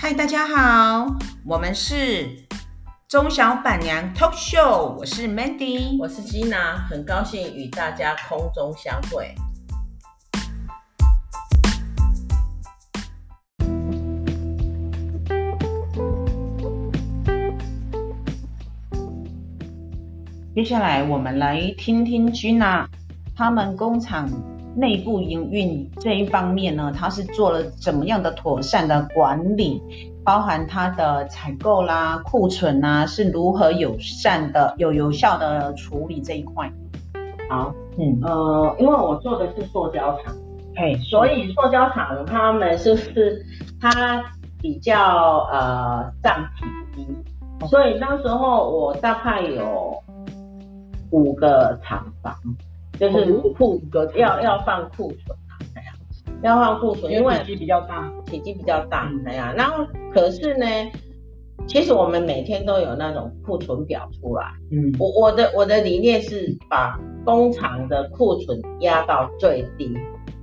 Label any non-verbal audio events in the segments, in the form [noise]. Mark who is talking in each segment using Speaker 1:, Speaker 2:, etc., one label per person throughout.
Speaker 1: 嗨，大家好，我们是中小板娘 Talk Show，我是 Mandy。
Speaker 2: 我是吉娜，很高兴与大家空中相会。
Speaker 1: 接下来我们来听听 Gina 他们工厂内部营运这一方面呢，他是做了怎么样的妥善的管理，包含它的采购啦、库存啊，是如何友善的、有有效的处理这一块。
Speaker 2: 好，
Speaker 1: 嗯，
Speaker 2: 呃，因为我做的是塑胶厂，
Speaker 1: 嘿，
Speaker 2: 所以塑胶厂他们就是它比较呃占体积，所以那时候我大概有五个厂房，就是
Speaker 1: 五
Speaker 2: 库要要放库存啊，哎呀要放库存，因为
Speaker 1: 积比较大，
Speaker 2: 体积比较大
Speaker 1: 嗯，
Speaker 2: 哎呀，然后可是呢，其实我们每天都有那种库存表出来。
Speaker 1: 嗯
Speaker 2: 我我的我的理念是把工厂的库存压到最低，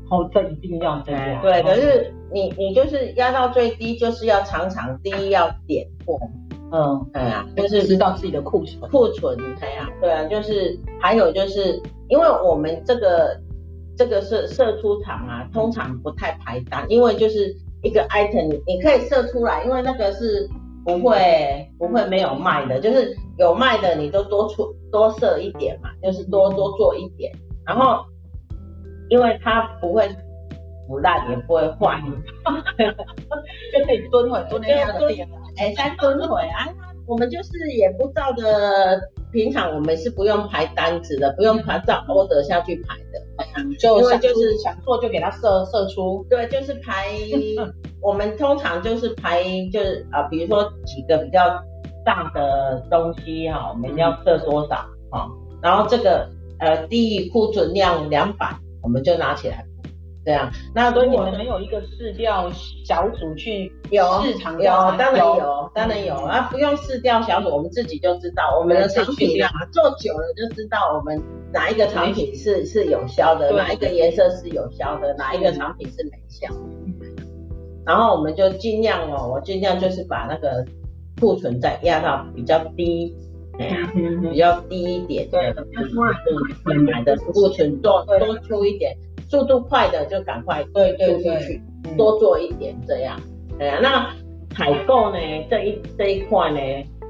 Speaker 1: 哦，这一定要这样
Speaker 2: 对，可是你你就是压到最低，就是要常常第一要点货，
Speaker 1: 嗯，
Speaker 2: 哎呀、就是
Speaker 1: 道自己的库存。
Speaker 2: 库存，哎呀、对啊，就是还有就是因为我们这个这个社社出厂啊，通常不太排单，因为就是一个 item 你可以设出来，因为那个是不会不会没有卖的，就是有卖的你就多出多设一点嘛，就是多多做一点，然后因为它不会腐烂也不会坏，
Speaker 1: 就可以蹲回蹲
Speaker 2: 在那个地哎，再蹲回啊。我们就是也不照着平常我们是不用排单子的，不用排照 order 下去排的。
Speaker 1: 就
Speaker 2: 因为
Speaker 1: 想
Speaker 2: 就
Speaker 1: 出
Speaker 2: 是
Speaker 1: 想做就给他设设出，
Speaker 2: 对，就是排，我们通常就是排，就是啊、呃比如说几个比较大的东西哈、我们要设多少哈、然后这个呃低于库存量两百，我们就拿起来补这样。那
Speaker 3: 所以
Speaker 2: 如
Speaker 3: 你
Speaker 2: 果
Speaker 3: 们没有一个试调小组去
Speaker 2: 有
Speaker 3: 市场
Speaker 2: 有
Speaker 3: 调查，
Speaker 2: 当然有，当然有啊，不用试调小组，我们自己就知道我们的产品啊，做久了就知道我们哪一个产品是是有效的，
Speaker 3: 对
Speaker 2: 哪一个颜色是有效的，哪一个产品是没效的。然后我们就尽量哦，我尽量就是把那个库存再压到比较低，哎呀，比较低一点的，就是买的库存多多出一点，速度快的就赶快对
Speaker 3: 对对
Speaker 2: 去
Speaker 3: 嗯
Speaker 2: 多做一点这样。哎呀，那采购呢这一这一块呢，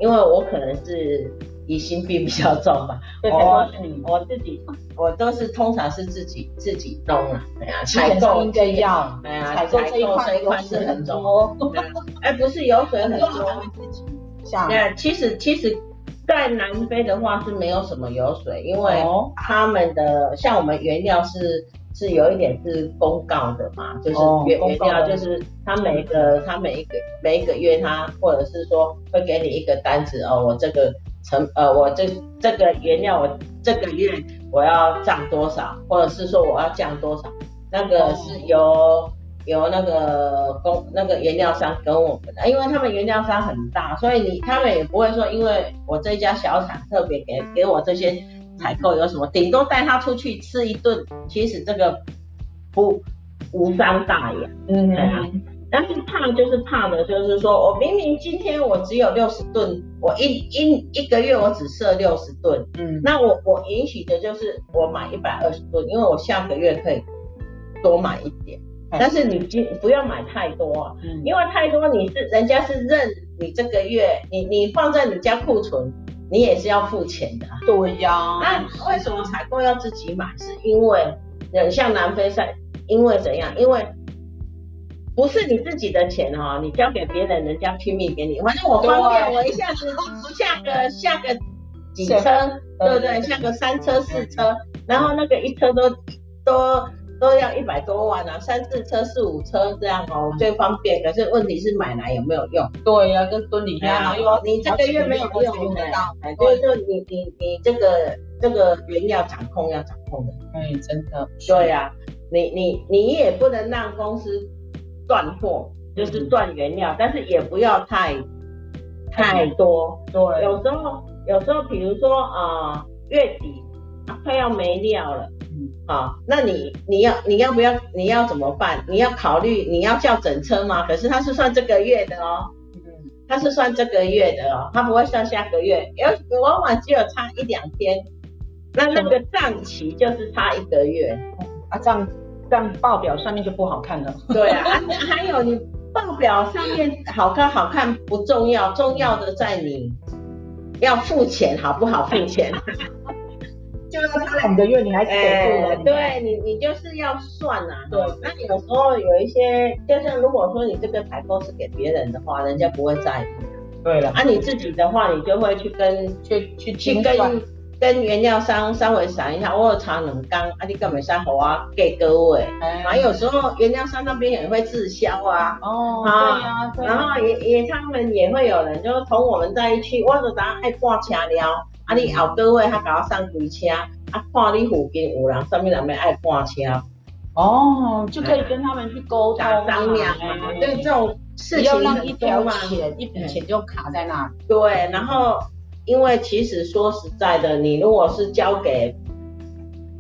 Speaker 2: 因为我可能是疑心病比较重吧，
Speaker 3: 对
Speaker 2: 我
Speaker 3: 采购是你
Speaker 2: 我自己 [laughs] 我都是通常是自己自己弄啊，哎呀，
Speaker 3: 基本
Speaker 2: 采
Speaker 3: 上
Speaker 2: 购
Speaker 3: 应该要
Speaker 2: 哎呀，
Speaker 3: 采购这一块
Speaker 2: 采购这一块是很重要，
Speaker 3: 多，
Speaker 2: 哎，不是油水
Speaker 3: [laughs]
Speaker 2: 很
Speaker 3: 很
Speaker 2: 多
Speaker 3: 多。还会自己下
Speaker 2: 那其实其实，在南非的话是没有什么油水，因为
Speaker 3: 哦
Speaker 2: 他们的像我们原料是是有一点是公告的嘛，就是
Speaker 3: 哦
Speaker 2: 原、
Speaker 3: 公
Speaker 2: 原
Speaker 3: 告的
Speaker 2: 料就是他每一个他每一个每一个月他或者是说会给你一个单子哦，我这个成呃我这这个原料我这个月我要涨多少，或者是说我要降多少，那个是由、由那个供那个原料商跟我们的，因为他们原料商很大，所以你他们也不会说，因为我这家小厂特别给给我这些采购有什么，顶多带他出去吃一顿，其实这个不无伤大雅。
Speaker 3: 嗯
Speaker 2: 对啊但是怕就是怕的，就是说我明明今天我只有六十吨，我一一一个月我只设六十吨，
Speaker 3: 嗯，
Speaker 2: 那我我允许的就是我买一百二十吨，因为我下个月可以多买一点，
Speaker 3: 嗯
Speaker 2: 但是你今不要买太多啊，因为太多你是人家是认你这个月你你放在你家库存，你也是要付钱的啊。
Speaker 3: 对呀，
Speaker 2: 那为什么采购要自己买？是因为呃像南非赛，因为怎样？因为不是你自己的钱哈、你交给别人，人家拼命给你。反正我方便，
Speaker 3: 对
Speaker 2: 我一下子下个下个几车，对不对？下个三车四车，然后那个一车都都都要一百多万啊，三四车四五车这样哦，最方便。可是问题是买来有没有用？
Speaker 3: 对呀，跟蹲底下，然后又要
Speaker 2: 你这个月没有用
Speaker 3: 用
Speaker 2: 的
Speaker 3: 得到，
Speaker 2: 哎，就是说你你你这个这个原料掌控要掌控的。
Speaker 3: 哎，真的，
Speaker 2: 对啊呀、你你你也不能让公司断货，就是断原料，但是也不要太太多。
Speaker 3: 对，
Speaker 2: 啊有时候有时候，比如说啊、呃月底他快要没料了，啊，那你你要你要不要你要怎么办？你要考虑你要叫整车吗？可是它是算这个月的哦，
Speaker 3: 嗯，
Speaker 2: 它是算这个月的哦，它不会算下个月，因为往往只有差一两天，那那个账期就是差一个月。
Speaker 1: 啊，这样这样报表上面就不好看了。
Speaker 2: [laughs] 对啊，啊还有你报表上面好看好看不重要，重要的在你要付钱好不好？付
Speaker 3: [laughs]
Speaker 2: 钱。
Speaker 1: 就是他两个月你还是得付
Speaker 2: 哎，
Speaker 1: 了，
Speaker 2: 对你，你就是要算呐、
Speaker 3: 对
Speaker 2: 那有时候有一些，就像如果说你这个采购是给别人的话，人家不会在意。
Speaker 1: 对了，
Speaker 2: 啊，你自己的话，你就会去跟
Speaker 3: 去去
Speaker 2: 去
Speaker 3: 清
Speaker 2: 跟
Speaker 3: 算，
Speaker 2: 跟原料商稍微想一下，我有差两缸，啊，你干嘛先好啊给各位？还
Speaker 3: 还
Speaker 2: 有时候原料商那边也会滞销啊。
Speaker 3: 哦，
Speaker 2: 啊
Speaker 3: 对呀，对
Speaker 2: 然
Speaker 3: 呀，
Speaker 2: 后也也他们也会有人，就是同我们在一起，我就打爱挂车了。啊，你后个月他甲我送几车，啊，看你附近有人，什么人要爱挂车，
Speaker 3: 哦，就可以跟他们去沟通啊哎
Speaker 2: 打商量嘛
Speaker 1: 哎
Speaker 3: 嘛，，
Speaker 2: 对这种事
Speaker 3: 不
Speaker 2: 情
Speaker 3: 要
Speaker 2: 很多嘛
Speaker 3: 让一条钱一笔钱就卡在那里，
Speaker 2: 对，然后因为其实说实在的，你如果是交给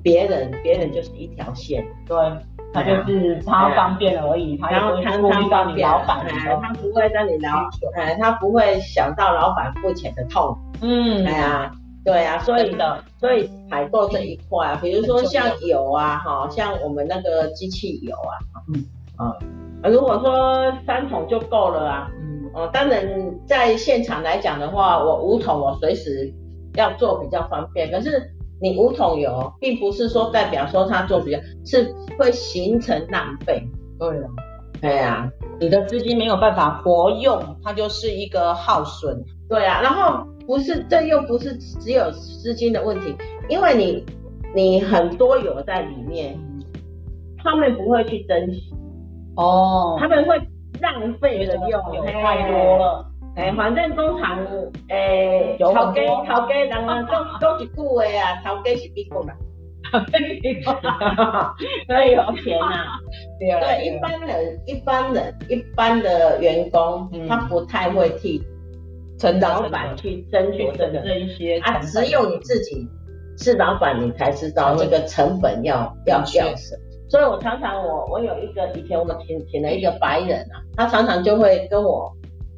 Speaker 2: 别人，别人就是一条线，
Speaker 1: 对，啊他就是他方便而已，他也
Speaker 2: 然后
Speaker 1: 不
Speaker 2: 他
Speaker 1: 会顾虑到你老板
Speaker 2: 哎
Speaker 1: 的
Speaker 2: 他不会让你老
Speaker 1: 需求。
Speaker 2: 哎，他不会想到老板付钱的痛，
Speaker 1: 嗯
Speaker 2: 哎，呀，对啊，所以
Speaker 1: 真的，
Speaker 2: 所以采购这一块啊，比如说像油啊，哈，像我们那个机器油啊，
Speaker 1: 嗯
Speaker 2: 嗯，啊，如果说三桶就够了啊，
Speaker 1: 嗯，
Speaker 2: 哦，当然在现场来讲的话，我五桶我随时要做比较方便，可是你五桶油，并不是说代表说它做比较，是会形成浪费。
Speaker 1: 对了，
Speaker 2: 对呀、
Speaker 1: 你的资金没有办法活用，它就是一个耗损。
Speaker 2: 对呀、然后不是这又不是只有资金的问题，因为你你很多油在里面，他们不会去珍惜，
Speaker 1: 哦，
Speaker 2: 他们会浪费
Speaker 1: 觉
Speaker 2: 的
Speaker 1: 得
Speaker 2: 用，
Speaker 1: 有太多了，
Speaker 2: 哎，反正工厂，诶、
Speaker 1: 有
Speaker 2: 头
Speaker 1: 很
Speaker 2: 家
Speaker 1: 多
Speaker 2: 头家人啊，讲讲一句话啊，头家是必讲啦，所以有钱啊。
Speaker 1: [laughs] 对啊
Speaker 2: 对，一般人、一般人、一般的员工，
Speaker 1: 嗯
Speaker 2: 他不太会替
Speaker 1: 真的
Speaker 2: 老板去争
Speaker 1: 去
Speaker 2: 取这
Speaker 1: 省
Speaker 2: 个
Speaker 1: 这一些
Speaker 2: 啊，
Speaker 1: 成
Speaker 2: 只
Speaker 1: 本
Speaker 2: 有你自己是老板，你才知道这个成本要要
Speaker 1: 是
Speaker 2: 要什么。所以我常常我我有一个以前我们请请了一个白人啊，他常常就会跟我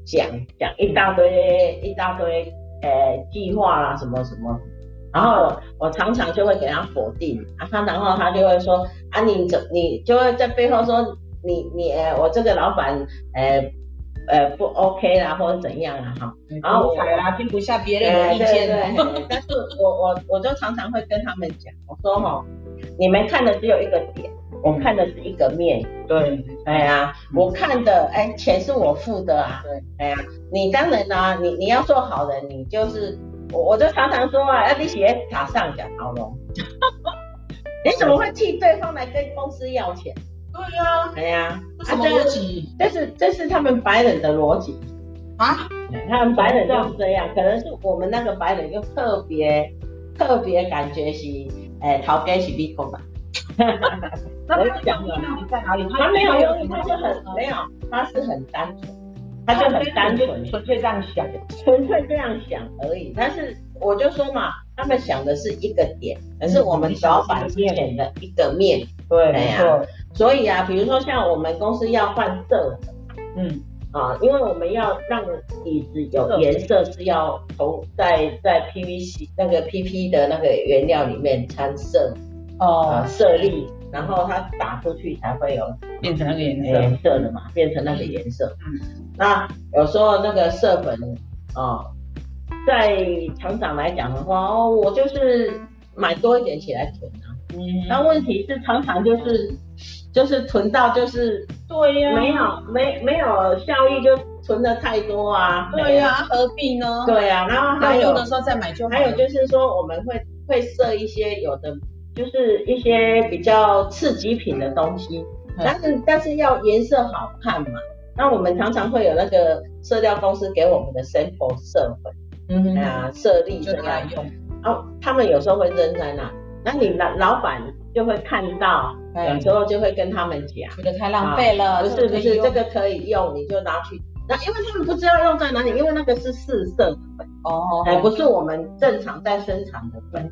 Speaker 2: 讲讲一大堆一大堆呃计划啦什么什么，然后我我常常就会给他否定啊，他然后他就会说啊你怎你就会在背后说你你、呃、我这个老板呃呃不 OK 啦或者怎样啊哈，然后
Speaker 1: 然
Speaker 2: 我
Speaker 1: 后啊才啦，听不下别人的
Speaker 2: 哎，
Speaker 1: 意见，[laughs]
Speaker 2: 对对对但是我我我就常常会跟他们讲，我说哈、你们看的只有一个点，我看的是一个面。
Speaker 1: 对，
Speaker 2: 哎呀，我看的哎钱是我付的啊。
Speaker 3: 对，
Speaker 2: 哎呀，你当然啦、你你要做好人，你就是我我就常常说啊，啊你写卡上讲好了。你怎么会替对方来跟公司要钱？
Speaker 3: 对呀，
Speaker 2: 哎呀，
Speaker 3: 这什么
Speaker 2: 啊
Speaker 3: 逻辑
Speaker 2: 这是这是他们白人的逻辑。
Speaker 3: 啊？
Speaker 2: 他们白人就是这样，可能是我们那个白人就特别特别感觉是，哎、逃给是立功嘛，
Speaker 1: 那
Speaker 2: 我
Speaker 1: 他
Speaker 2: 讲了
Speaker 1: 到底在哪里？
Speaker 2: 他没有
Speaker 1: 用
Speaker 2: 用
Speaker 1: 意
Speaker 2: 意，他就很没有，他是很单纯，他
Speaker 1: 他就
Speaker 2: 就很
Speaker 1: 很
Speaker 2: 单
Speaker 1: 单
Speaker 2: 纯
Speaker 1: 纯，，纯粹这样想。
Speaker 2: 纯粹这样想而已。但是我就说嘛，他们想的是一个点，可是我们老板之前的一个面，
Speaker 1: 对，
Speaker 2: 哎
Speaker 1: 没
Speaker 2: 呀
Speaker 1: 错，
Speaker 2: 所以啊，比如说像我们公司要换色
Speaker 1: 嗯，
Speaker 2: 啊，因为我们要让椅子有颜色是要从在在 PVC 那个 PP 的那个原料里面掺色啊
Speaker 1: 哦，
Speaker 2: 色粒，然后它打出去才会有
Speaker 1: 变成那个颜色，嗯
Speaker 2: 颜色的嘛，变成那个颜色。那有时候那个色粉啊、在厂长来讲的话，哦，我就是买多一点起来囤啊。
Speaker 1: 嗯，
Speaker 2: 那问题是常常就是就是囤到就是
Speaker 1: 对
Speaker 3: 啊
Speaker 1: 呀，
Speaker 2: 没有没没有效益，就存的太多啊。
Speaker 3: 对呀，何必呢？
Speaker 2: 对呀、然后还
Speaker 3: 要
Speaker 2: 有
Speaker 3: 用的时候再买就好
Speaker 2: 还有就是说我们会会设一些有的就是一些比较刺激品的东西，
Speaker 3: 嗯
Speaker 2: 但是但是要颜色好看嘛。那我们常常会有那个色调公司给我们的 sample 色粉
Speaker 3: 嗯哼，
Speaker 2: 啊、色粒
Speaker 3: 就
Speaker 2: 这
Speaker 3: 拿来
Speaker 2: 样，
Speaker 3: 用，
Speaker 2: 然后他们有时候会扔在那，那你老老板就会看到，
Speaker 3: 哎
Speaker 2: 有时候就会跟他们讲。
Speaker 3: 觉得太浪费了，
Speaker 2: 不啊是不
Speaker 3: 可以
Speaker 2: 是，
Speaker 3: 用
Speaker 2: 这个可以用，你就拿去。那因为他们不知道用在哪里，因为那个是试色，
Speaker 3: 哦，
Speaker 2: 哎，不是我们正常在生产的粉。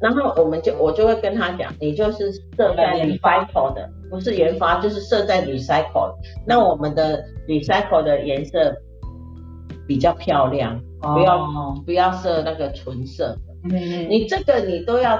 Speaker 2: 然后我们就我就会跟他讲，你就是设在
Speaker 1: 原
Speaker 2: recycle 的，不是研发，就是设在 recycle。那我们的 recycle 的颜色比较漂亮，
Speaker 1: 哦
Speaker 2: 不要不要设那个纯色。
Speaker 1: 嗯
Speaker 2: 你这个你都要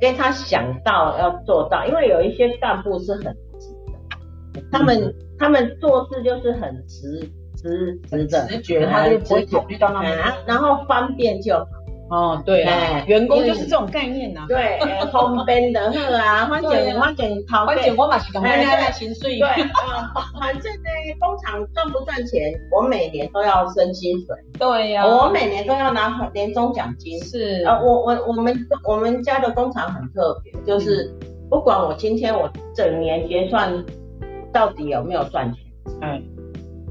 Speaker 2: 跟他想到要做到，因为有一些干部是很直的，他们、他们做事就是很直直直的，
Speaker 1: 直觉，他就不会考虑到那
Speaker 2: 哎
Speaker 1: 么
Speaker 2: 啊然后方便就好。
Speaker 1: 哦，对啊
Speaker 2: 哎，
Speaker 1: 员工就是这种概念呐。
Speaker 2: [laughs] 对，哎方便的好啊，反
Speaker 3: 对啊
Speaker 2: 正反正头
Speaker 3: 而且我嘛是讲，
Speaker 2: 哎
Speaker 3: 人家
Speaker 2: 对
Speaker 3: 在情绪
Speaker 2: [laughs] 对，啊，反正呢，工厂赚不赚钱，我每年都要升薪水，
Speaker 3: 对呀，
Speaker 2: 我每年都要拿年终奖金。
Speaker 3: 是
Speaker 2: 呃，我我我们我们家的工厂很特别，就是不管我今天我整年结算到底有没有赚钱，
Speaker 1: 哎，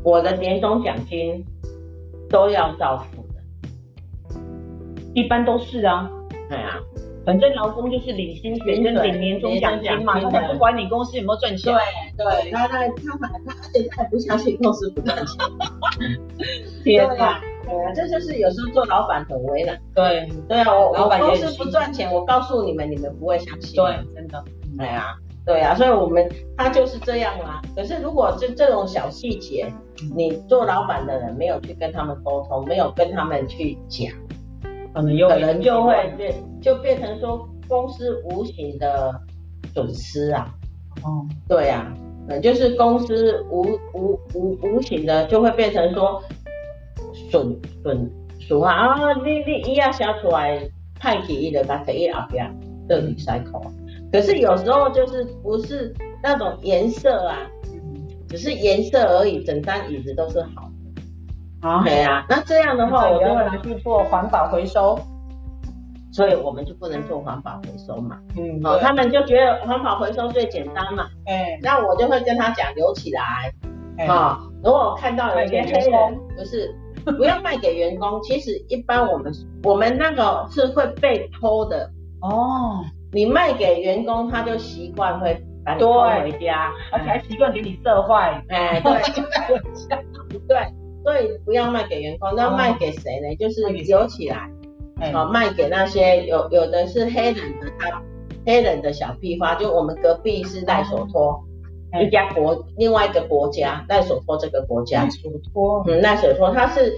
Speaker 2: 我的年终奖金都要照付的。
Speaker 1: 一般都是啊，
Speaker 2: 对啊，
Speaker 1: 反正劳工就是领薪水跟领年终奖金嘛，
Speaker 2: 对
Speaker 1: 他才不管你公司有没有赚钱。
Speaker 2: 对，他那他反他，而且他也不相信公司不赚钱。
Speaker 3: 对
Speaker 2: 天哪！对啊，这就是有时候做老板很为难。
Speaker 3: 对
Speaker 2: 对啊，我
Speaker 3: 老
Speaker 2: 我
Speaker 3: 板也
Speaker 2: 公
Speaker 3: 很
Speaker 2: 司
Speaker 3: 辛
Speaker 2: 不
Speaker 3: 苦
Speaker 2: 赚钱，我告诉你们，你们不会相信。
Speaker 3: 对，真的
Speaker 2: 对啊，对啊，所以我们他就是这样啦、可是如果这这种小细节，你做老板的人没有去跟他们沟通，没有跟他们去讲，
Speaker 1: 可能又
Speaker 2: 可能就会变就变成说公司无形的损失啊。
Speaker 1: 哦，
Speaker 2: 对啊，呃，就是公司无无无无形的就会变成说损损损啊，啊你你伊啊写出来派去伊就甲摕伊后壁做 recycle 啊。可是有时候就是不是那种颜色啊，
Speaker 1: 嗯
Speaker 2: 只是颜色而已，整张椅子都是好
Speaker 1: 好
Speaker 2: 的。，对啊，那这样的话，
Speaker 3: 嗯
Speaker 2: 我
Speaker 1: 我
Speaker 2: 就
Speaker 1: 就
Speaker 2: 会
Speaker 1: 会
Speaker 3: 啊
Speaker 1: 拿，去做环保回收。
Speaker 2: 所以我们就不能做环保回收嘛。
Speaker 1: 嗯
Speaker 3: 啊
Speaker 2: 哦，他们就觉得环保回收最简单嘛，
Speaker 1: 哎
Speaker 2: 那我就会跟他讲留起来。
Speaker 1: 哎，
Speaker 2: 啊、如果我看到有些
Speaker 1: 卖给
Speaker 2: 黑
Speaker 1: 员
Speaker 2: 人
Speaker 1: 工，
Speaker 2: 不是不要卖给员工，其实一般我们我们那个是会被偷的，
Speaker 1: 哦，
Speaker 2: 你卖给员工，他就习惯会把你偷
Speaker 1: 对
Speaker 2: 回家，
Speaker 1: 而且还习惯给你色坏。
Speaker 2: 哎，对对， [laughs] 所以不要卖给员工，那
Speaker 1: 哦
Speaker 2: 卖给谁呢？就是
Speaker 1: 卖给谁
Speaker 2: 留起来，
Speaker 1: 哎
Speaker 2: 哦，卖给那些有有的是黑人的他。黑人的小批发，就我们隔壁是赖索托，
Speaker 1: 哎
Speaker 2: 一家国另外一个国家，赖索托这个国家，
Speaker 1: 嘱托，
Speaker 2: 嗯，奈水托它是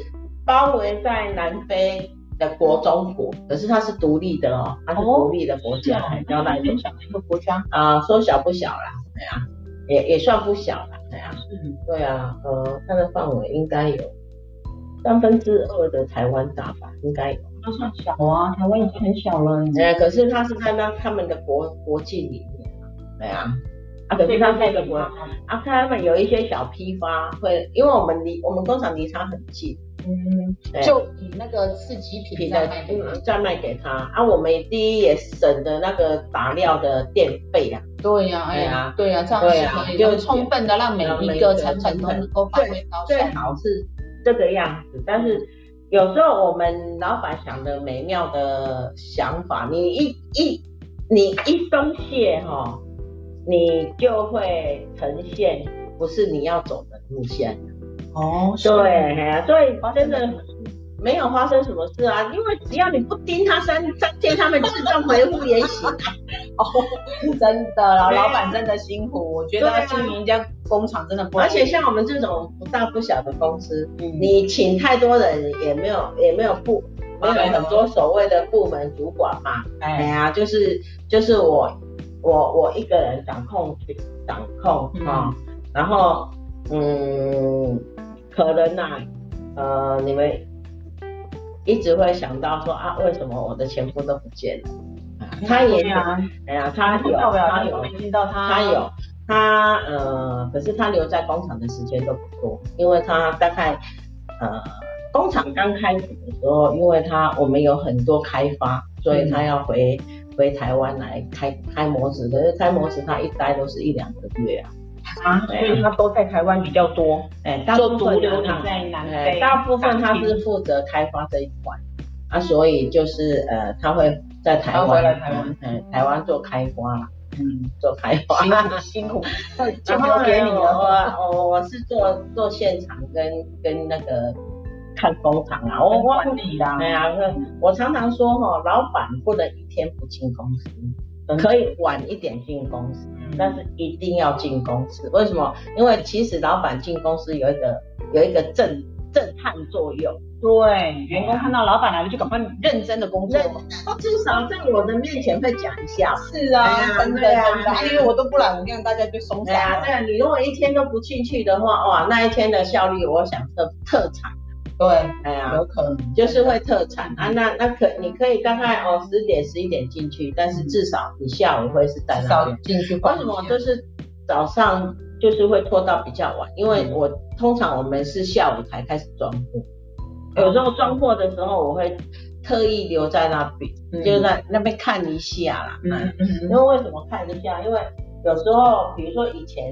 Speaker 2: 包围在南非的国中国，可是它是独立的哦，它是啊独立的国家，
Speaker 1: 很
Speaker 2: 叫 [laughs] 奈水
Speaker 1: 很小的一个国家。
Speaker 2: 啊，说小不小啦，对啊，也也算不小啦，对啊，
Speaker 1: 嗯，
Speaker 2: 对啊，呃，它的范围应该有三分之二的台湾大吧，应该有，
Speaker 1: 都算小啊，台湾已经很小了。
Speaker 2: 呃，可是它是在那他们的国国境里面啊，对啊，啊，可是它是一个国家。啊，他们有一些小批发会，因为我们离我们工厂离他很近，
Speaker 1: 嗯，
Speaker 2: 对
Speaker 3: 就以那个刺激品
Speaker 2: 品
Speaker 3: 在
Speaker 2: 的
Speaker 3: 卖给他
Speaker 2: 嗯再卖给他啊，我们第一也省的那个打料的电费啊，
Speaker 3: 对呀，哎
Speaker 2: 哎
Speaker 3: 呀
Speaker 2: 呀，
Speaker 3: 对呀，这样
Speaker 2: 对
Speaker 3: 是
Speaker 2: 呀
Speaker 3: 可以
Speaker 2: 就
Speaker 3: 很充分的让每
Speaker 2: 让每
Speaker 3: 一
Speaker 2: 一
Speaker 3: 个
Speaker 2: 个
Speaker 3: 成本都能够发挥到
Speaker 2: 最
Speaker 3: 最好。
Speaker 2: 好是这个样子。但是有时候我们老板想的美妙的想法，你一一你一松懈哈、你就会呈现不是你要走的路线。
Speaker 1: 哦，是
Speaker 2: 对，哎呀所以真
Speaker 1: 发生了
Speaker 2: 的
Speaker 1: 什么事
Speaker 2: 没有发生什么事啊，因为只要你不盯他三三天，他们自动回复也行。
Speaker 3: 哦 [laughs] 真的啦，
Speaker 2: 对啊
Speaker 3: 老板真的辛苦，我觉
Speaker 2: 对
Speaker 3: 得
Speaker 2: 啊
Speaker 3: 经营一家工厂真的不容易
Speaker 2: 而且像我们这种不大不小的公司，
Speaker 1: 嗯
Speaker 2: 你请太多人也没有也没有部，没有
Speaker 1: 对
Speaker 2: 很多所谓的部门主管嘛。哎
Speaker 1: 哎，
Speaker 2: 呀，就是就是我我我一个人掌控掌控
Speaker 1: 嗯
Speaker 2: 啊、然后嗯，可能呐、呃，你们一直会想到说啊，为什么我的前夫都不见了？啊他也
Speaker 1: 对
Speaker 2: 有，
Speaker 1: 啊，
Speaker 2: 哎呀，他有，
Speaker 1: 到不了，
Speaker 2: 他
Speaker 1: 他有
Speaker 2: 有
Speaker 1: 没，见到他，
Speaker 2: 他有，他呃，可是他留在工厂的时间都不多，因为他大概呃，工厂刚开始的时候，因为他我们有很多开发，所以他要回、回台湾来开开模子，可是开模子他一待都是一两个月啊，
Speaker 1: 啊，所以他都在台湾比较多，
Speaker 2: 哎，大
Speaker 1: 就
Speaker 2: 部
Speaker 1: 独
Speaker 2: 分
Speaker 1: 留
Speaker 2: 啊
Speaker 1: 你在南
Speaker 2: 呃
Speaker 1: 非，
Speaker 2: 大部分他是负责开发这一块，啊，所以就是呃，他会在台
Speaker 1: 他回
Speaker 2: 湾，
Speaker 1: 来台湾
Speaker 2: 嗯，嗯台湾做开发啦，
Speaker 1: 嗯，
Speaker 2: 做开发。
Speaker 1: 辛
Speaker 3: 嗯
Speaker 1: 苦辛苦，
Speaker 2: 然 [laughs]
Speaker 1: 钱
Speaker 2: 后
Speaker 1: 都
Speaker 2: 呢啊
Speaker 1: 给你了，
Speaker 2: 我我我是做做现场跟跟那个看工厂啊，我我
Speaker 1: 管理啦
Speaker 2: 哎，呀，那我常常说哈、老板不能一天不进公司，可以晚一点进公司，
Speaker 3: 嗯
Speaker 2: 但是一定要进公司。为什么？因为其实老板进公司有一个有一个震震撼作用。
Speaker 1: 对，员
Speaker 3: 哦
Speaker 1: 工看到老板来了就赶快认真的工作
Speaker 2: 认。哦至少在我的面前会讲一下。
Speaker 3: 是啊
Speaker 2: 哎呀，
Speaker 3: 真的
Speaker 2: 对啊
Speaker 3: 真的，哎因为我都不来，我看大家就松
Speaker 1: 哎
Speaker 2: 对
Speaker 3: 散
Speaker 2: 啊，对
Speaker 3: 了。
Speaker 2: 啊，你如果一天都不进去的话，哇，那一天的效率，我想特特惨。
Speaker 3: 对，
Speaker 1: 啊
Speaker 2: 哎呀，
Speaker 3: 有可能
Speaker 2: 就是会特产啊，那那可你可以大概哦十点十一点进去，但是至少你下午会是在那
Speaker 3: 少
Speaker 2: 边。
Speaker 3: 进去
Speaker 2: 为
Speaker 3: 逛
Speaker 2: 什
Speaker 3: 一
Speaker 2: 么
Speaker 3: 下
Speaker 2: 就是早上就是会拖到比较晚？因为
Speaker 3: 嗯
Speaker 2: 我通常我们是下午才开始装货，
Speaker 3: 嗯
Speaker 2: 有时候装货的时候我会特意留在那边，
Speaker 3: 嗯
Speaker 2: 就在那边看一下啦。
Speaker 3: 嗯
Speaker 2: 嗯，
Speaker 3: 嗯嗯
Speaker 2: 因为为什么看一下？因为有时候比如说以前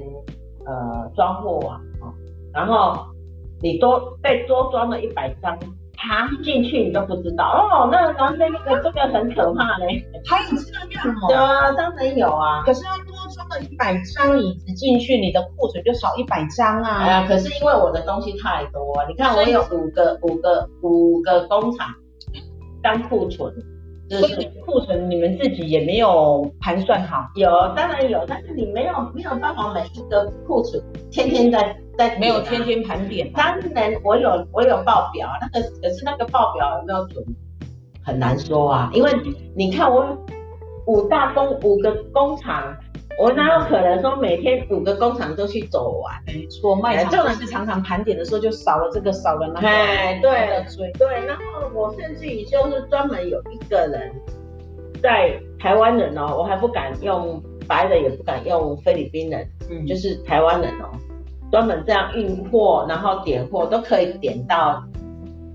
Speaker 2: 呃装货啊，哦然后你多被多装了一百张。爬进去你都不知道哦，那男生那个这个很可怕嘞，
Speaker 3: 还有这样
Speaker 2: 对
Speaker 3: 哦。
Speaker 2: 啊，当然有啊，
Speaker 3: 可是要多装了一百张椅子进去，你的库存就少一百张
Speaker 2: 哎
Speaker 3: 啊。
Speaker 2: 呀，可是因为我的东西太多，啊你看
Speaker 3: 所
Speaker 2: 我
Speaker 3: 以
Speaker 2: 有五个、五个、五个工厂当库存，就
Speaker 1: 所以
Speaker 2: 是
Speaker 1: 库存你们自己也没有盘算好，
Speaker 2: 有，当然有，但是你没有没有办法每一个库存天天在在
Speaker 1: 没有
Speaker 2: 点
Speaker 1: 天。
Speaker 2: 啊
Speaker 1: 天盘点啊。
Speaker 2: 当然，我有我有报表，那个可是那个报表有没有准，很难说啊，因为你看我五大工五个工厂，我哪有可能说每天五个工厂都去走完？
Speaker 1: 没错，卖
Speaker 2: 这
Speaker 1: 场
Speaker 2: 种
Speaker 1: 就是常常盘点的时候就少了这个少了那个，
Speaker 2: 哎对
Speaker 1: 的追。
Speaker 2: 对，然后我甚至于就是专门有一个人，在台湾人哦，我还不敢用白人，也不敢用菲律宾人，
Speaker 1: 嗯
Speaker 2: 就是是台湾人哦，专门这样运货，然后点货都可以点到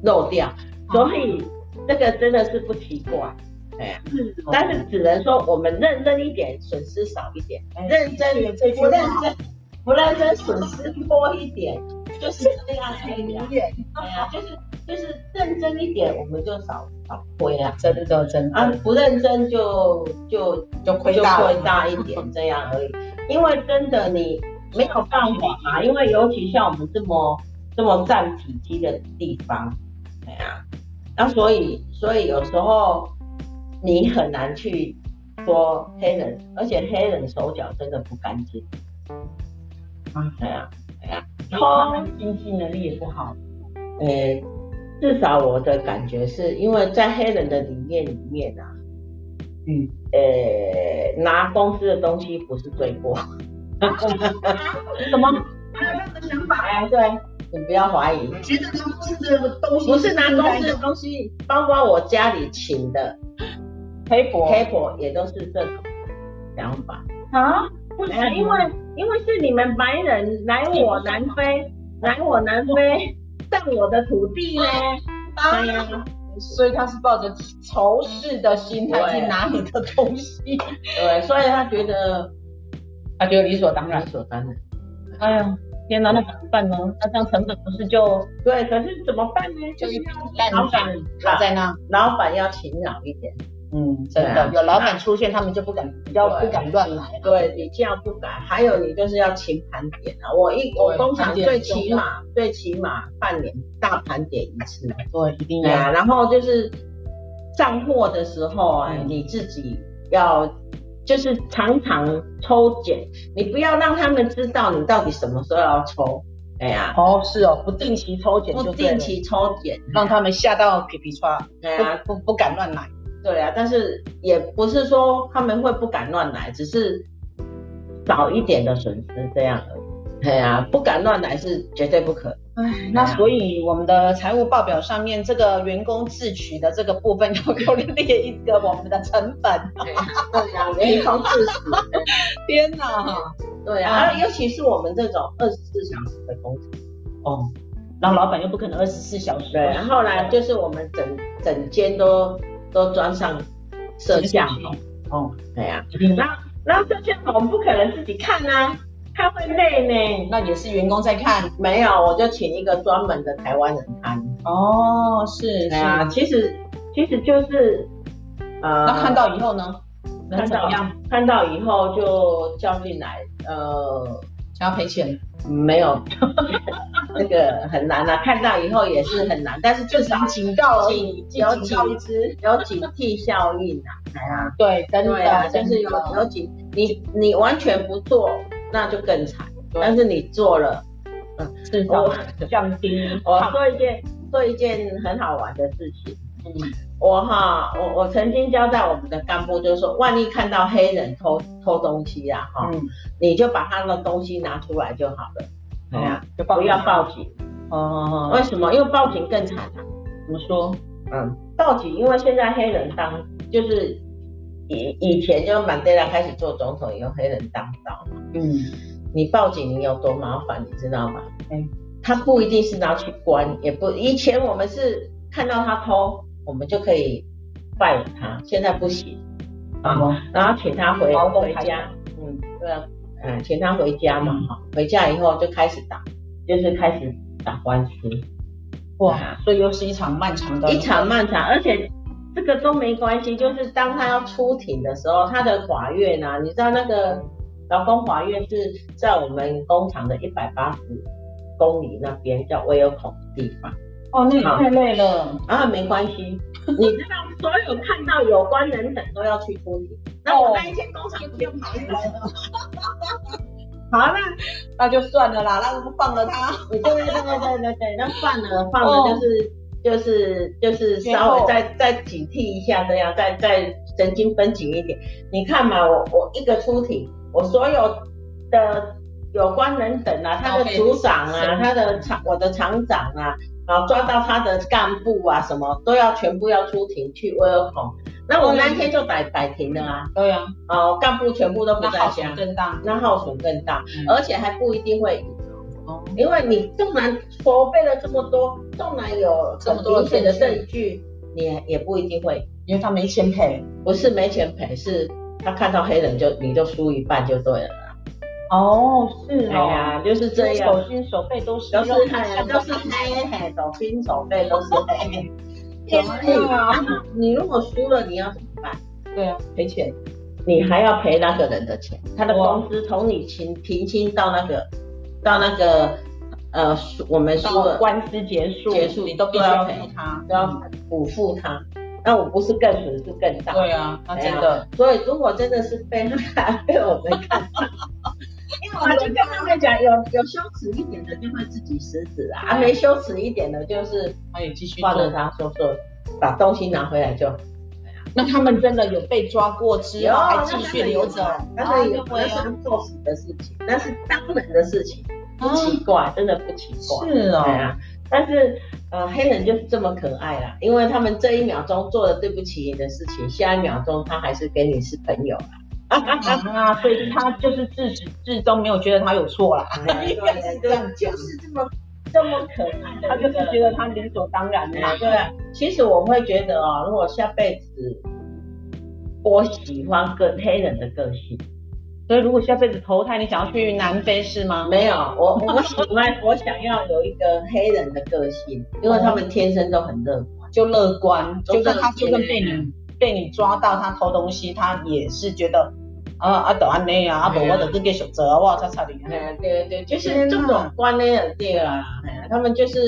Speaker 2: 漏掉，
Speaker 3: 哦
Speaker 2: 所以这个真的是不奇怪。
Speaker 3: 哦
Speaker 2: 但是只能说我们认真一点，损失少一点；认真
Speaker 3: 这句
Speaker 2: 不
Speaker 3: 话
Speaker 2: 认真，不认真，损失多一点，就是这样而
Speaker 3: 很
Speaker 2: 已
Speaker 3: [laughs]
Speaker 2: 啊。
Speaker 3: 远，
Speaker 2: 哎呀，就是就是认真一点，我们就少少亏啊。
Speaker 3: 真的真
Speaker 2: 啊
Speaker 3: 的，
Speaker 2: 不认真就就
Speaker 3: 就
Speaker 2: 就
Speaker 3: 亏
Speaker 2: 亏
Speaker 3: 大了。
Speaker 2: 大一点 [laughs] 这样而已。因为真的你没有办法嘛，因为尤其像我们这么这么占体积的地方，哎呀、那所以所以有时候你很难去说黑人，而且黑人手脚真的不干净。嗯啊，对啊，对啊，
Speaker 1: 他
Speaker 3: 哦
Speaker 1: 们经济能力也不好，
Speaker 2: 呃，至少我的感觉是因为在黑人的理念里面啊，
Speaker 1: 嗯，
Speaker 2: 呃，拿公司的东西不是罪 [laughs] 过。
Speaker 1: 什么？
Speaker 2: 想法呀，哎对，你不要怀疑，
Speaker 3: 觉得公司的东
Speaker 2: 不是拿公司的东西，包括我家里请的
Speaker 1: 黑博
Speaker 2: 黑婆也都是这种想法。哎
Speaker 1: 啊？
Speaker 2: 不
Speaker 1: 为什么
Speaker 2: 因为因为是你们白人来我南非，来我南非占我的土地呢。
Speaker 3: 当
Speaker 2: 对呀、
Speaker 3: 所以他是抱着仇视的心态去拿你的东西，
Speaker 2: 对，所以他觉得
Speaker 1: 他觉得理所当
Speaker 2: 理。所当然。
Speaker 1: 哎呀，天哪，那怎么办呢？那这样成本不是就
Speaker 2: 对，可是怎么办呢？就是
Speaker 3: 蛋
Speaker 2: 要老板，
Speaker 3: 卡在那。
Speaker 2: 老板要勤劳一点。
Speaker 3: 嗯，真的有老板出现，他们就不敢，比较不敢乱来。
Speaker 2: 对，比较不敢。还有你就是要勤盘点啊，我一我
Speaker 3: 对
Speaker 2: 工厂
Speaker 3: 盘点很
Speaker 2: 最
Speaker 3: 重
Speaker 2: 起
Speaker 3: 要
Speaker 2: 码最起码半年大盘点一次。
Speaker 3: 对，一定
Speaker 2: 对
Speaker 3: 要。
Speaker 2: 啊，然后就是上货的时候啊，
Speaker 3: 嗯
Speaker 2: 你自己要就是常常抽检，你不要让他们知道你到底什么时候要抽。哎呀、
Speaker 3: 哦，是哦，不定期抽检
Speaker 2: 不
Speaker 3: 就对
Speaker 2: 定
Speaker 3: 了，
Speaker 2: 期抽检。
Speaker 3: 让他们吓到皮皮抓，
Speaker 2: 对啊，
Speaker 3: 不不不敢乱来。
Speaker 2: 对啊，但是也不是说他们会不敢乱来，只是少一点的损失这样而已。对啊，不敢乱来是绝对不可能。
Speaker 3: 唉，
Speaker 2: 那
Speaker 3: 那
Speaker 2: 所
Speaker 3: 所以我们的财务报表上面这个员工自取的这个部分， [laughs] 就又列一个我们的成本。
Speaker 2: 对啊，员工自死。
Speaker 3: 天哪！
Speaker 2: 对啊，尤其是我们这种二十四小时的工作。
Speaker 1: 哦？然后老板又不可能二十四小时。
Speaker 2: 对啊，后来就是我们整整间都都装上摄像头。
Speaker 1: 哦，
Speaker 2: 对啊，
Speaker 1: 一定
Speaker 2: 那那摄像头我们不可能自己看啊，看会累呢。
Speaker 3: 那也是员工在看。
Speaker 2: 没有，我就请一个专门的台湾人看。
Speaker 3: 哦，是是。
Speaker 2: 对啊，其实其实就是，呃，
Speaker 3: 那看到以后呢？能
Speaker 2: 看
Speaker 3: 怎
Speaker 2: 到
Speaker 3: 么样？
Speaker 2: 看到以后就叫进来，呃，
Speaker 3: 想要赔钱，
Speaker 2: 没有， [laughs] 那个很难啊，看到以后也是很难，但是至少
Speaker 3: 警告而已，
Speaker 2: 警有
Speaker 3: 警
Speaker 2: 警
Speaker 3: 告一只，
Speaker 2: 有警惕效应啊，哎呀，
Speaker 3: 对，真
Speaker 2: 对啊，
Speaker 3: 的，
Speaker 2: 就是有
Speaker 3: 真的
Speaker 2: 有警，你你完全不做那就更惨，
Speaker 3: 对
Speaker 2: 但是你做了，
Speaker 3: 至
Speaker 2: 我
Speaker 3: 少降低，
Speaker 2: 我做一件做一件很好玩的事情，
Speaker 3: 嗯，
Speaker 2: 我哈，我我曾经交代我们的干部，就是说，万一看到黑人偷偷东西啊，哈、
Speaker 3: 嗯
Speaker 2: 你就把他的东西拿出来就好了，哎呀、
Speaker 3: 啊就
Speaker 2: 不要报警。
Speaker 3: 哦哦
Speaker 2: 为
Speaker 3: 哦，
Speaker 2: 什么？因为报警更惨啊。
Speaker 3: 怎么说？
Speaker 2: 嗯，报警，因为现在黑人当就是以以前就满地拉开始做总统以后，黑人当道嘛，
Speaker 3: 嗯，
Speaker 2: 你报警你有多麻烦，你知道吗？
Speaker 3: 嗯
Speaker 2: 他不一定是拿去关，也不以前我们是看到他偷，我们就可以办他，现在不行。啊
Speaker 3: 好，
Speaker 2: 然后请他回
Speaker 3: 劳动
Speaker 2: 回
Speaker 3: 开
Speaker 2: 家，
Speaker 3: 嗯，
Speaker 2: 对啊，嗯，请他回家嘛，哈、回家以后就开始打，就是开始打官司，
Speaker 3: 哇，所以又是一场漫长的
Speaker 2: 一场漫长，而且这个都没关系，就是当他要出庭的时候，他的法院啊，你知道那个劳工法院是在我们工厂的一百八十公里那边叫威尔孔地方。
Speaker 3: 哦，那也太累了，
Speaker 2: 啊，没关系，你知道所有看到有关人等都要去处理。那我那一天工厂不就跑起来了？好了，
Speaker 3: 那就算了啦，那我放了他，
Speaker 2: 对对对对对对，那放了放了就是、就是就是稍微再再警惕一下，这样再再神经绷紧一点。你看嘛，我我一个出庭，我所有的有关人等啊，他的组长啊，他的厂我的厂长啊，然后抓到他的干部啊，什么都要全部要出庭去威尔孔。那我那天就摆摆停了啊，
Speaker 3: 对呀，
Speaker 2: 哦，干部全部都不
Speaker 3: 那
Speaker 2: 在
Speaker 3: 耗
Speaker 2: 家
Speaker 3: 损，更大，
Speaker 2: 那耗损更大，
Speaker 3: 嗯
Speaker 2: 而且还不一定会赢。
Speaker 3: 哦，
Speaker 2: 因为你纵然筹备了这么多，纵然有
Speaker 3: 这么多
Speaker 2: 明显的
Speaker 3: 证
Speaker 2: 证据，你也不一定会。
Speaker 3: 因为他没钱赔，
Speaker 2: 不是没钱赔，是他看到黑人就你就输一半就对了啦。
Speaker 3: 哦，是
Speaker 2: 哎
Speaker 3: 哦，
Speaker 2: 呀，就是这样，
Speaker 3: 手心手背都是
Speaker 2: 都是
Speaker 3: 肉，
Speaker 2: 黑，
Speaker 3: 都
Speaker 2: 都是黑，嘿，手心手背都是黑。
Speaker 3: 天啊，
Speaker 2: 你如果输了，你要怎么办？
Speaker 3: 对啊，赔钱，
Speaker 2: 你还要赔那个人的钱，他的工资从你停停薪到那个到那个呃，输我们输
Speaker 3: 到
Speaker 2: 了
Speaker 3: 官司结束，
Speaker 2: 结束
Speaker 3: 你都必须要赔他，
Speaker 2: 都要补付他，那我不是更损失更大？
Speaker 3: 对啊，那真的，
Speaker 2: 所以如果真的是被他被我们看 [laughs] 到，因为我就跟他们讲，有有羞耻一点的就会自己食指啊，啊没羞耻一点的，就是
Speaker 3: 他也继续
Speaker 2: 放着
Speaker 3: 做。
Speaker 2: 他说说，把东西拿回来就好。
Speaker 3: 那他们真的有被抓过之后还继续留着，
Speaker 2: 那是啊有，
Speaker 3: 会
Speaker 2: 那是做死的事情，那是当人的事情，不奇怪，真的不奇怪。
Speaker 3: 是
Speaker 2: 对
Speaker 3: 哦，
Speaker 2: 啊，但是呃，黑人就是这么可爱啦，因为他们这一秒钟做了对不起你的事情，下一秒钟他还是跟你是朋友啦。 [laughs]
Speaker 3: 啊，所以他就是自始至终没有觉得他有错啦，
Speaker 2: 对对对，就是这么这么可爱的，
Speaker 3: 他就是觉得他理所当然啦
Speaker 2: 哎。对啊。其实我会觉得哦，如果下辈子我喜欢个黑人的个性，
Speaker 3: 所以如果下辈子投胎，你想要去南非是吗？
Speaker 2: 没有，我我喜欢我想要有一个黑人的个性，因为他们天生都很乐观。
Speaker 3: 就乐观，
Speaker 2: 就
Speaker 3: 就算
Speaker 2: 乐
Speaker 3: 他
Speaker 2: 观
Speaker 3: 就算被你被你抓到他偷东西，他也是觉得啊啊都安内啊，啊啊不
Speaker 2: 哎呀
Speaker 3: 我的这个选择，哇差差点。
Speaker 2: 哎，对对，就是
Speaker 3: 天
Speaker 2: 这
Speaker 3: 哪
Speaker 2: 种观念很对啦。哎呀，他们就是。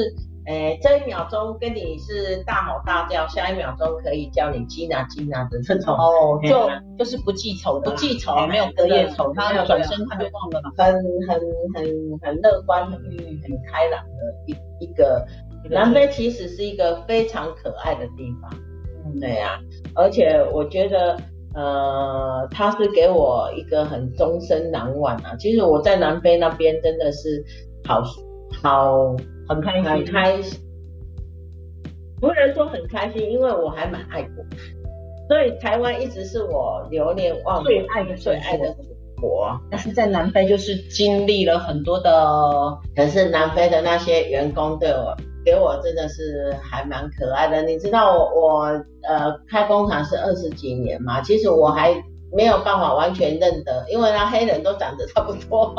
Speaker 2: 哎，这一秒钟跟你是大吼大叫，下一秒钟可以叫你基娜基娜的这种，
Speaker 3: 哦，
Speaker 2: 哎
Speaker 3: 就
Speaker 2: 呀
Speaker 3: 就是不记仇的
Speaker 2: 不
Speaker 3: 啦，
Speaker 2: 记仇
Speaker 3: 哎没有隔夜仇，
Speaker 2: 对
Speaker 3: 他
Speaker 2: 没有
Speaker 3: 转
Speaker 2: 对啊
Speaker 3: 身他就忘了嘛。
Speaker 2: 很很很很乐观、很很开朗的一一个。南非其实是一个非常可爱的地方，
Speaker 3: 嗯
Speaker 2: 对呀、而且我觉得，呃，它是给我一个很终身难忘啊。其实我在南非那边真的是好好
Speaker 3: 很开
Speaker 2: 很
Speaker 3: 心，
Speaker 2: 开心，不能说很开心，因为我还蛮爱国，所以台湾一直是我流连忘
Speaker 3: 最爱的
Speaker 2: 最爱的祖国。
Speaker 3: 但是在南非就是经历了很多的，
Speaker 2: 可是南非的那些员工对我给我真的是还蛮可爱的。你知道我我呃开工厂是二十几年嘛，其实我还没有办法完全认得，因为那黑人都长得差不多。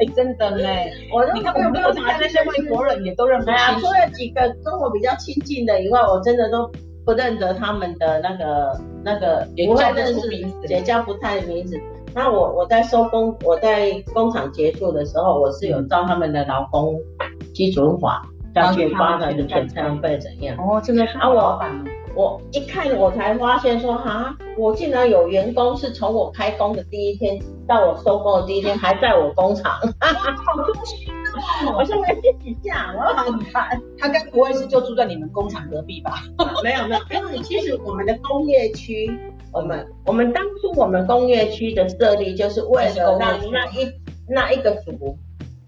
Speaker 3: 哎，真的嘞。
Speaker 2: 我都
Speaker 3: 你看 [laughs] 我们都看那些外国人啊也都认不
Speaker 2: 哎呀，
Speaker 3: 清
Speaker 2: [laughs] 除，了几个跟我比较亲近的以外，我真的都不认得他们的那个那个，
Speaker 3: 也
Speaker 2: 不会
Speaker 3: 叫不
Speaker 2: 认
Speaker 3: 出
Speaker 2: 识
Speaker 3: 名字
Speaker 2: 也叫不太名字。那我我在收工，我在工厂结束的时候，我是有照他们的劳工基准法要去发他的遣散费怎样。
Speaker 1: 哦，这个是
Speaker 2: 啊我
Speaker 1: 老板哦
Speaker 2: 我一看我才发现说，哈，我竟然有员工是从我开工的第一天到我收工的第一天还在我工厂， [laughs]
Speaker 3: 好东西
Speaker 2: 我现在自己下，我好惨。
Speaker 3: 他该不会是就住在你们工厂隔壁吧？
Speaker 2: 没有没有，因为其实我们的工业区，我们我们当初我们工业区的设立，就是为了让那一那一个族，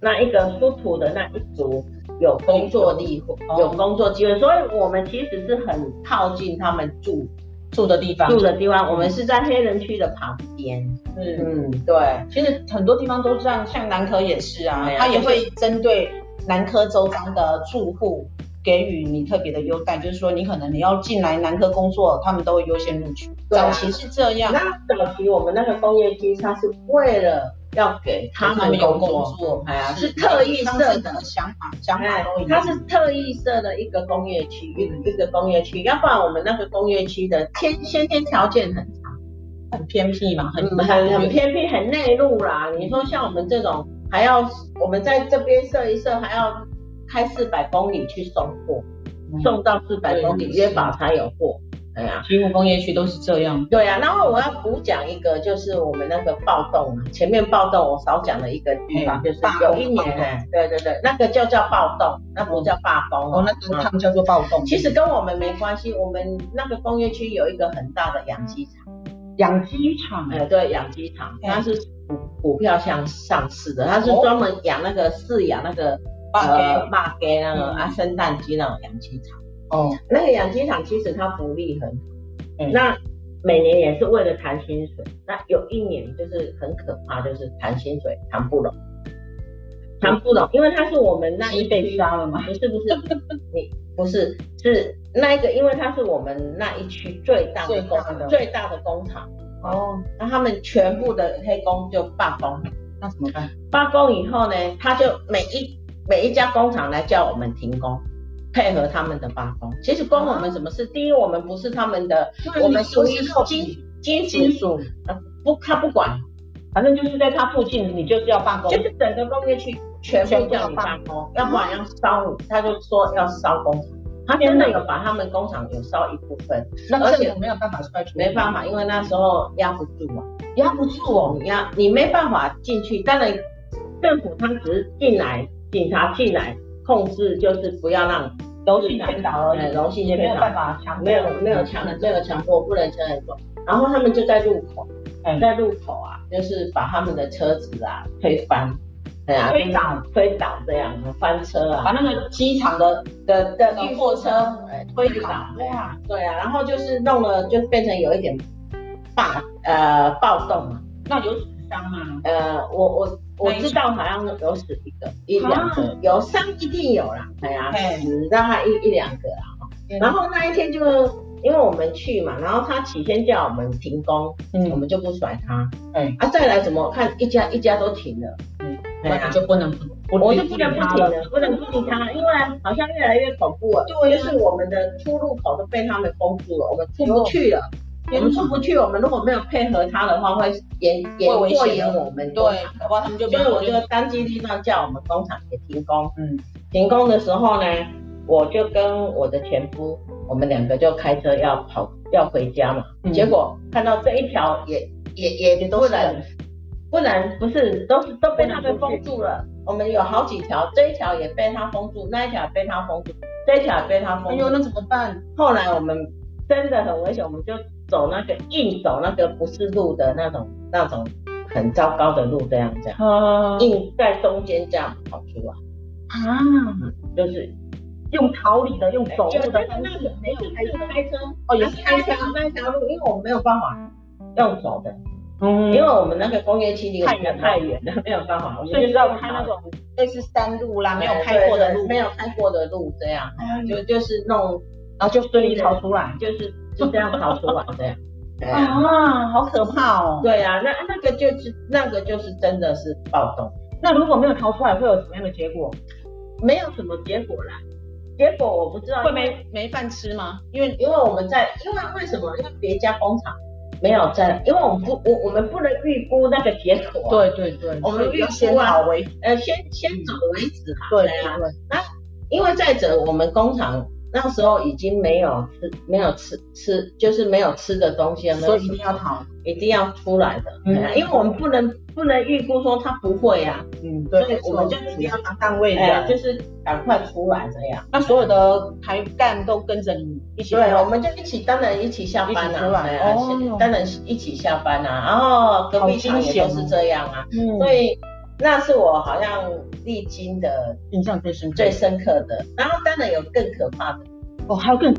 Speaker 2: 那一个出土的那一族有工作力，有工作机会，所以我们其实是很靠近他们住
Speaker 3: 住的地方，
Speaker 2: 住的地方，我们是在黑人区的旁边。
Speaker 3: 嗯，
Speaker 2: 嗯，对。
Speaker 3: 其实很多地方都这样，像南科也是啊，
Speaker 2: 对啊
Speaker 3: 他也
Speaker 2: 就是
Speaker 3: 会针对南科周遭的住户给予你特别的优待，就是说你可能你要进来南科工作，他们都会优先录取。
Speaker 2: 对啊
Speaker 3: 早期是这样，
Speaker 2: 那早期我们那个工业区，它是为了要给他们
Speaker 3: 有
Speaker 2: 工
Speaker 3: 工
Speaker 2: 作，
Speaker 3: 作，
Speaker 2: 哎呀
Speaker 3: 是
Speaker 2: 是特意
Speaker 3: 当
Speaker 2: 设
Speaker 3: 时
Speaker 2: 的
Speaker 3: 的想法想法
Speaker 2: 哎
Speaker 3: 都一，嗯
Speaker 2: 它
Speaker 3: 样。
Speaker 2: 是特意设的一个工业区，一个一个工业区，要不然我们那个工业区的天先天条件很差，
Speaker 3: 很偏僻嘛，很嗯
Speaker 2: 嗯很很偏僻，很内陆啦。你说像我们这种，还要我们在这边设一设，还要开四百公里去送货，
Speaker 3: 嗯
Speaker 2: 送到四百公里
Speaker 3: 对
Speaker 2: 约法才有货。哎呀、
Speaker 3: 西湖工业区都是这样。
Speaker 2: 对呀、然后我要补讲一个，就是我们那个暴动啊，前面暴动我少讲了一个地方，
Speaker 3: 嗯
Speaker 2: 就是
Speaker 3: 罢
Speaker 2: 有
Speaker 3: 工
Speaker 2: 一
Speaker 3: 暴
Speaker 2: 年
Speaker 3: 动
Speaker 2: 哎，对对对，那个就叫暴动，那不叫罢工哦
Speaker 3: 哦，那个他们叫做暴动。
Speaker 2: 其实跟我们没关系，我们那个工业区有一个很大的养鸡场，
Speaker 3: 养鸡场，
Speaker 2: 呃，对，养鸡场，
Speaker 3: 嗯哦
Speaker 2: 它是股股票上上市的，它是专门养那个饲养那个
Speaker 3: 八
Speaker 2: 呃马给那个
Speaker 3: 嗯
Speaker 2: 啊生蛋鸡那种养鸡场。
Speaker 3: 哦，
Speaker 2: 那个养鸡场其实它福利很好，
Speaker 3: 嗯
Speaker 2: 那每年也是为了谈薪水，那有一年就是很可怕，就是谈薪水谈不拢，谈不拢，因为它是我们那一辈
Speaker 3: 被杀了吗？
Speaker 2: 不是不是，你不是是那一个，因为它是我们那一区最大的工
Speaker 3: 最大的
Speaker 2: 最大的工厂，
Speaker 3: 哦，
Speaker 2: 那他们全部的黑工就罢工，
Speaker 3: 那怎么办？
Speaker 2: 罢工以后呢，他就每一每一家工厂来叫我们停工。配合他们的罢工，其实关我们什么事？第一，我们不是他们的，我们属于金金
Speaker 3: 金
Speaker 2: 属，呃
Speaker 3: 属，
Speaker 2: 不，他不管，
Speaker 3: 反正就是在他附近，你就是要罢工
Speaker 2: 就。是整个工业区全
Speaker 3: 全
Speaker 2: 部
Speaker 3: 部
Speaker 2: 叫
Speaker 3: 要
Speaker 2: 你
Speaker 3: 罢
Speaker 2: 罢工，要不然要烧你，他就说要烧工厂，他真的有把他们工厂有烧一部分，
Speaker 3: 那
Speaker 2: 而
Speaker 3: 政
Speaker 2: 且
Speaker 3: 府没有办法出来处理，
Speaker 2: 没办法，因为那时候压不住嘛，
Speaker 3: 压不住哦。
Speaker 2: 你压你没办法进去。当然，政府他只是进来，警察进来控制，就是不要让
Speaker 3: 柔性劝导而
Speaker 2: 哎
Speaker 3: 已，
Speaker 2: 柔性
Speaker 3: 也
Speaker 2: 劝
Speaker 3: 没有
Speaker 2: 导
Speaker 3: 办法强迫，
Speaker 2: 没有没
Speaker 3: 嗯
Speaker 2: 有强没有强迫不能强人做。然后他们就在路口，
Speaker 3: 嗯
Speaker 2: 在路口啊，就是把他们的车子啊推翻，哎呀、
Speaker 3: 推倒，
Speaker 2: 推倒这样翻车啊
Speaker 3: 把，那个机场的
Speaker 2: 的的
Speaker 3: 那个
Speaker 2: 运
Speaker 3: 货
Speaker 2: 货
Speaker 3: 车
Speaker 2: 车
Speaker 3: 推
Speaker 2: 推
Speaker 3: 倒
Speaker 2: 倒，，
Speaker 3: 哇，
Speaker 2: 对啊，然后就是弄了，就变成有一点霸呃暴动嘛。
Speaker 3: 那有损伤吗？
Speaker 2: 呃，我我我
Speaker 3: 那一
Speaker 2: 知道好像有死一个一两个，有伤一定有啦，哎呀，
Speaker 3: 啊嘿
Speaker 2: 死大概一一两个啦。然后那一天就因为我们去嘛，然后他起先叫我们停工，我
Speaker 3: 嗯，
Speaker 2: 们就不甩他。
Speaker 3: 哎，
Speaker 2: 啊，再来怎么看一家一家都停了，
Speaker 3: 嗯
Speaker 2: 哎
Speaker 3: 那
Speaker 2: 呀
Speaker 3: 你就不能，
Speaker 2: 我就不能不
Speaker 3: 他
Speaker 2: 停了，不能不理他，因为好像越来越恐怖了。对，就是我们的出入口都被他们封住了，我们出不去了。
Speaker 3: 嗯
Speaker 2: 我们出不去，我们如果没有配合他的话，会严严
Speaker 3: 会危险
Speaker 2: 过严我们。
Speaker 3: 对，搞不好他们就
Speaker 2: 所
Speaker 3: 变
Speaker 2: 以我就当机立断叫我们工厂也停工。
Speaker 3: 嗯，
Speaker 2: 停工的时候呢，我就跟我的前夫，我们两个就开车要跑要回家嘛。
Speaker 3: 嗯
Speaker 2: 结果看到这一条也也也也不能
Speaker 3: 嗯
Speaker 2: 不能不是都是都被他们封住了。我们有好几条，这一条也被他封住，那一条也被他封住，这一条也被他
Speaker 3: 哎
Speaker 2: 封住。
Speaker 3: 呦，那怎么办？
Speaker 2: 后来我们真的很危险，我们就走那个硬走那个不是路的那种那种很糟糕的路，这样这样。
Speaker 3: 呃
Speaker 2: 硬在中间这样跑出来，
Speaker 3: 啊，
Speaker 2: 就是哎
Speaker 3: 用逃离的，用走路的方
Speaker 2: 那
Speaker 3: 式
Speaker 2: 个，没有开车，开车
Speaker 3: 哦，也
Speaker 2: 也
Speaker 3: 是
Speaker 2: 是
Speaker 3: 开车
Speaker 2: 开车，那一条路，因为我们没有办法用走的，
Speaker 3: 嗯
Speaker 2: 因为我们那个工业区离我
Speaker 3: 太
Speaker 2: 们
Speaker 3: 远了
Speaker 2: 太远了，没有办法，我们
Speaker 3: 所以
Speaker 2: 就是
Speaker 3: 要开那种类似山路啊啦，没有
Speaker 2: 对
Speaker 3: 开过的
Speaker 2: 对
Speaker 3: 路，
Speaker 2: 没有开过的路这样，
Speaker 3: 哎呦
Speaker 2: 就就是弄
Speaker 3: 然后就顺利逃出来。
Speaker 2: 就是就这样跑出来
Speaker 3: [laughs]
Speaker 2: 这样，对啊，
Speaker 3: 啊，好可怕哦！
Speaker 2: 对啊，那那个就是那个就是真的是暴动。
Speaker 3: 那如果没有逃出来，会有什么样的结果？
Speaker 2: 没有什么结果啦。结果我不知道，
Speaker 3: 会没没饭吃吗？
Speaker 2: 因为因为我们在，因为为什么？因为别家工厂没有在，因为我们不我我们不能预估那个结果、啊，
Speaker 3: 对对对，
Speaker 2: 我们
Speaker 3: 所以
Speaker 2: 预
Speaker 3: 要先
Speaker 2: 估啊
Speaker 3: 考为
Speaker 2: 呃，先先走为止嘛，
Speaker 3: 对
Speaker 2: 啊，
Speaker 3: 对
Speaker 2: 因为再者我们工厂那时候已经没有吃没有吃吃就是没有吃的东西，
Speaker 3: 对，
Speaker 2: 没
Speaker 3: 所
Speaker 2: 有
Speaker 3: 以一定要考，
Speaker 2: 一定要出来的，
Speaker 3: 嗯
Speaker 2: 哎呀因为我们不能不能预估说他不会啊，
Speaker 3: 嗯，
Speaker 2: 所以
Speaker 3: 对，
Speaker 2: 我们就
Speaker 3: 一
Speaker 2: 一
Speaker 3: 定
Speaker 2: 定
Speaker 3: 要
Speaker 2: 要
Speaker 3: 当单位
Speaker 2: 哎、
Speaker 3: 的，
Speaker 2: 就是赶快出来这样。
Speaker 3: 那所有的台干都跟着你一起
Speaker 2: 对，我
Speaker 3: 跳，
Speaker 2: 们就一起，当然一起下班
Speaker 3: 啊一起
Speaker 2: 啊
Speaker 3: 出，来
Speaker 2: 哎呀
Speaker 3: 哦
Speaker 2: 是当然是一起下班啊，然后隔壁
Speaker 3: 好
Speaker 2: 厂
Speaker 3: 惊
Speaker 2: 也
Speaker 3: 险哦
Speaker 2: 都是这样啊，
Speaker 3: 嗯，
Speaker 2: 所以那是我好像历经的
Speaker 3: 印象最深刻
Speaker 2: 最。深刻的。然后当然有更可怕的。
Speaker 3: 哦，还有更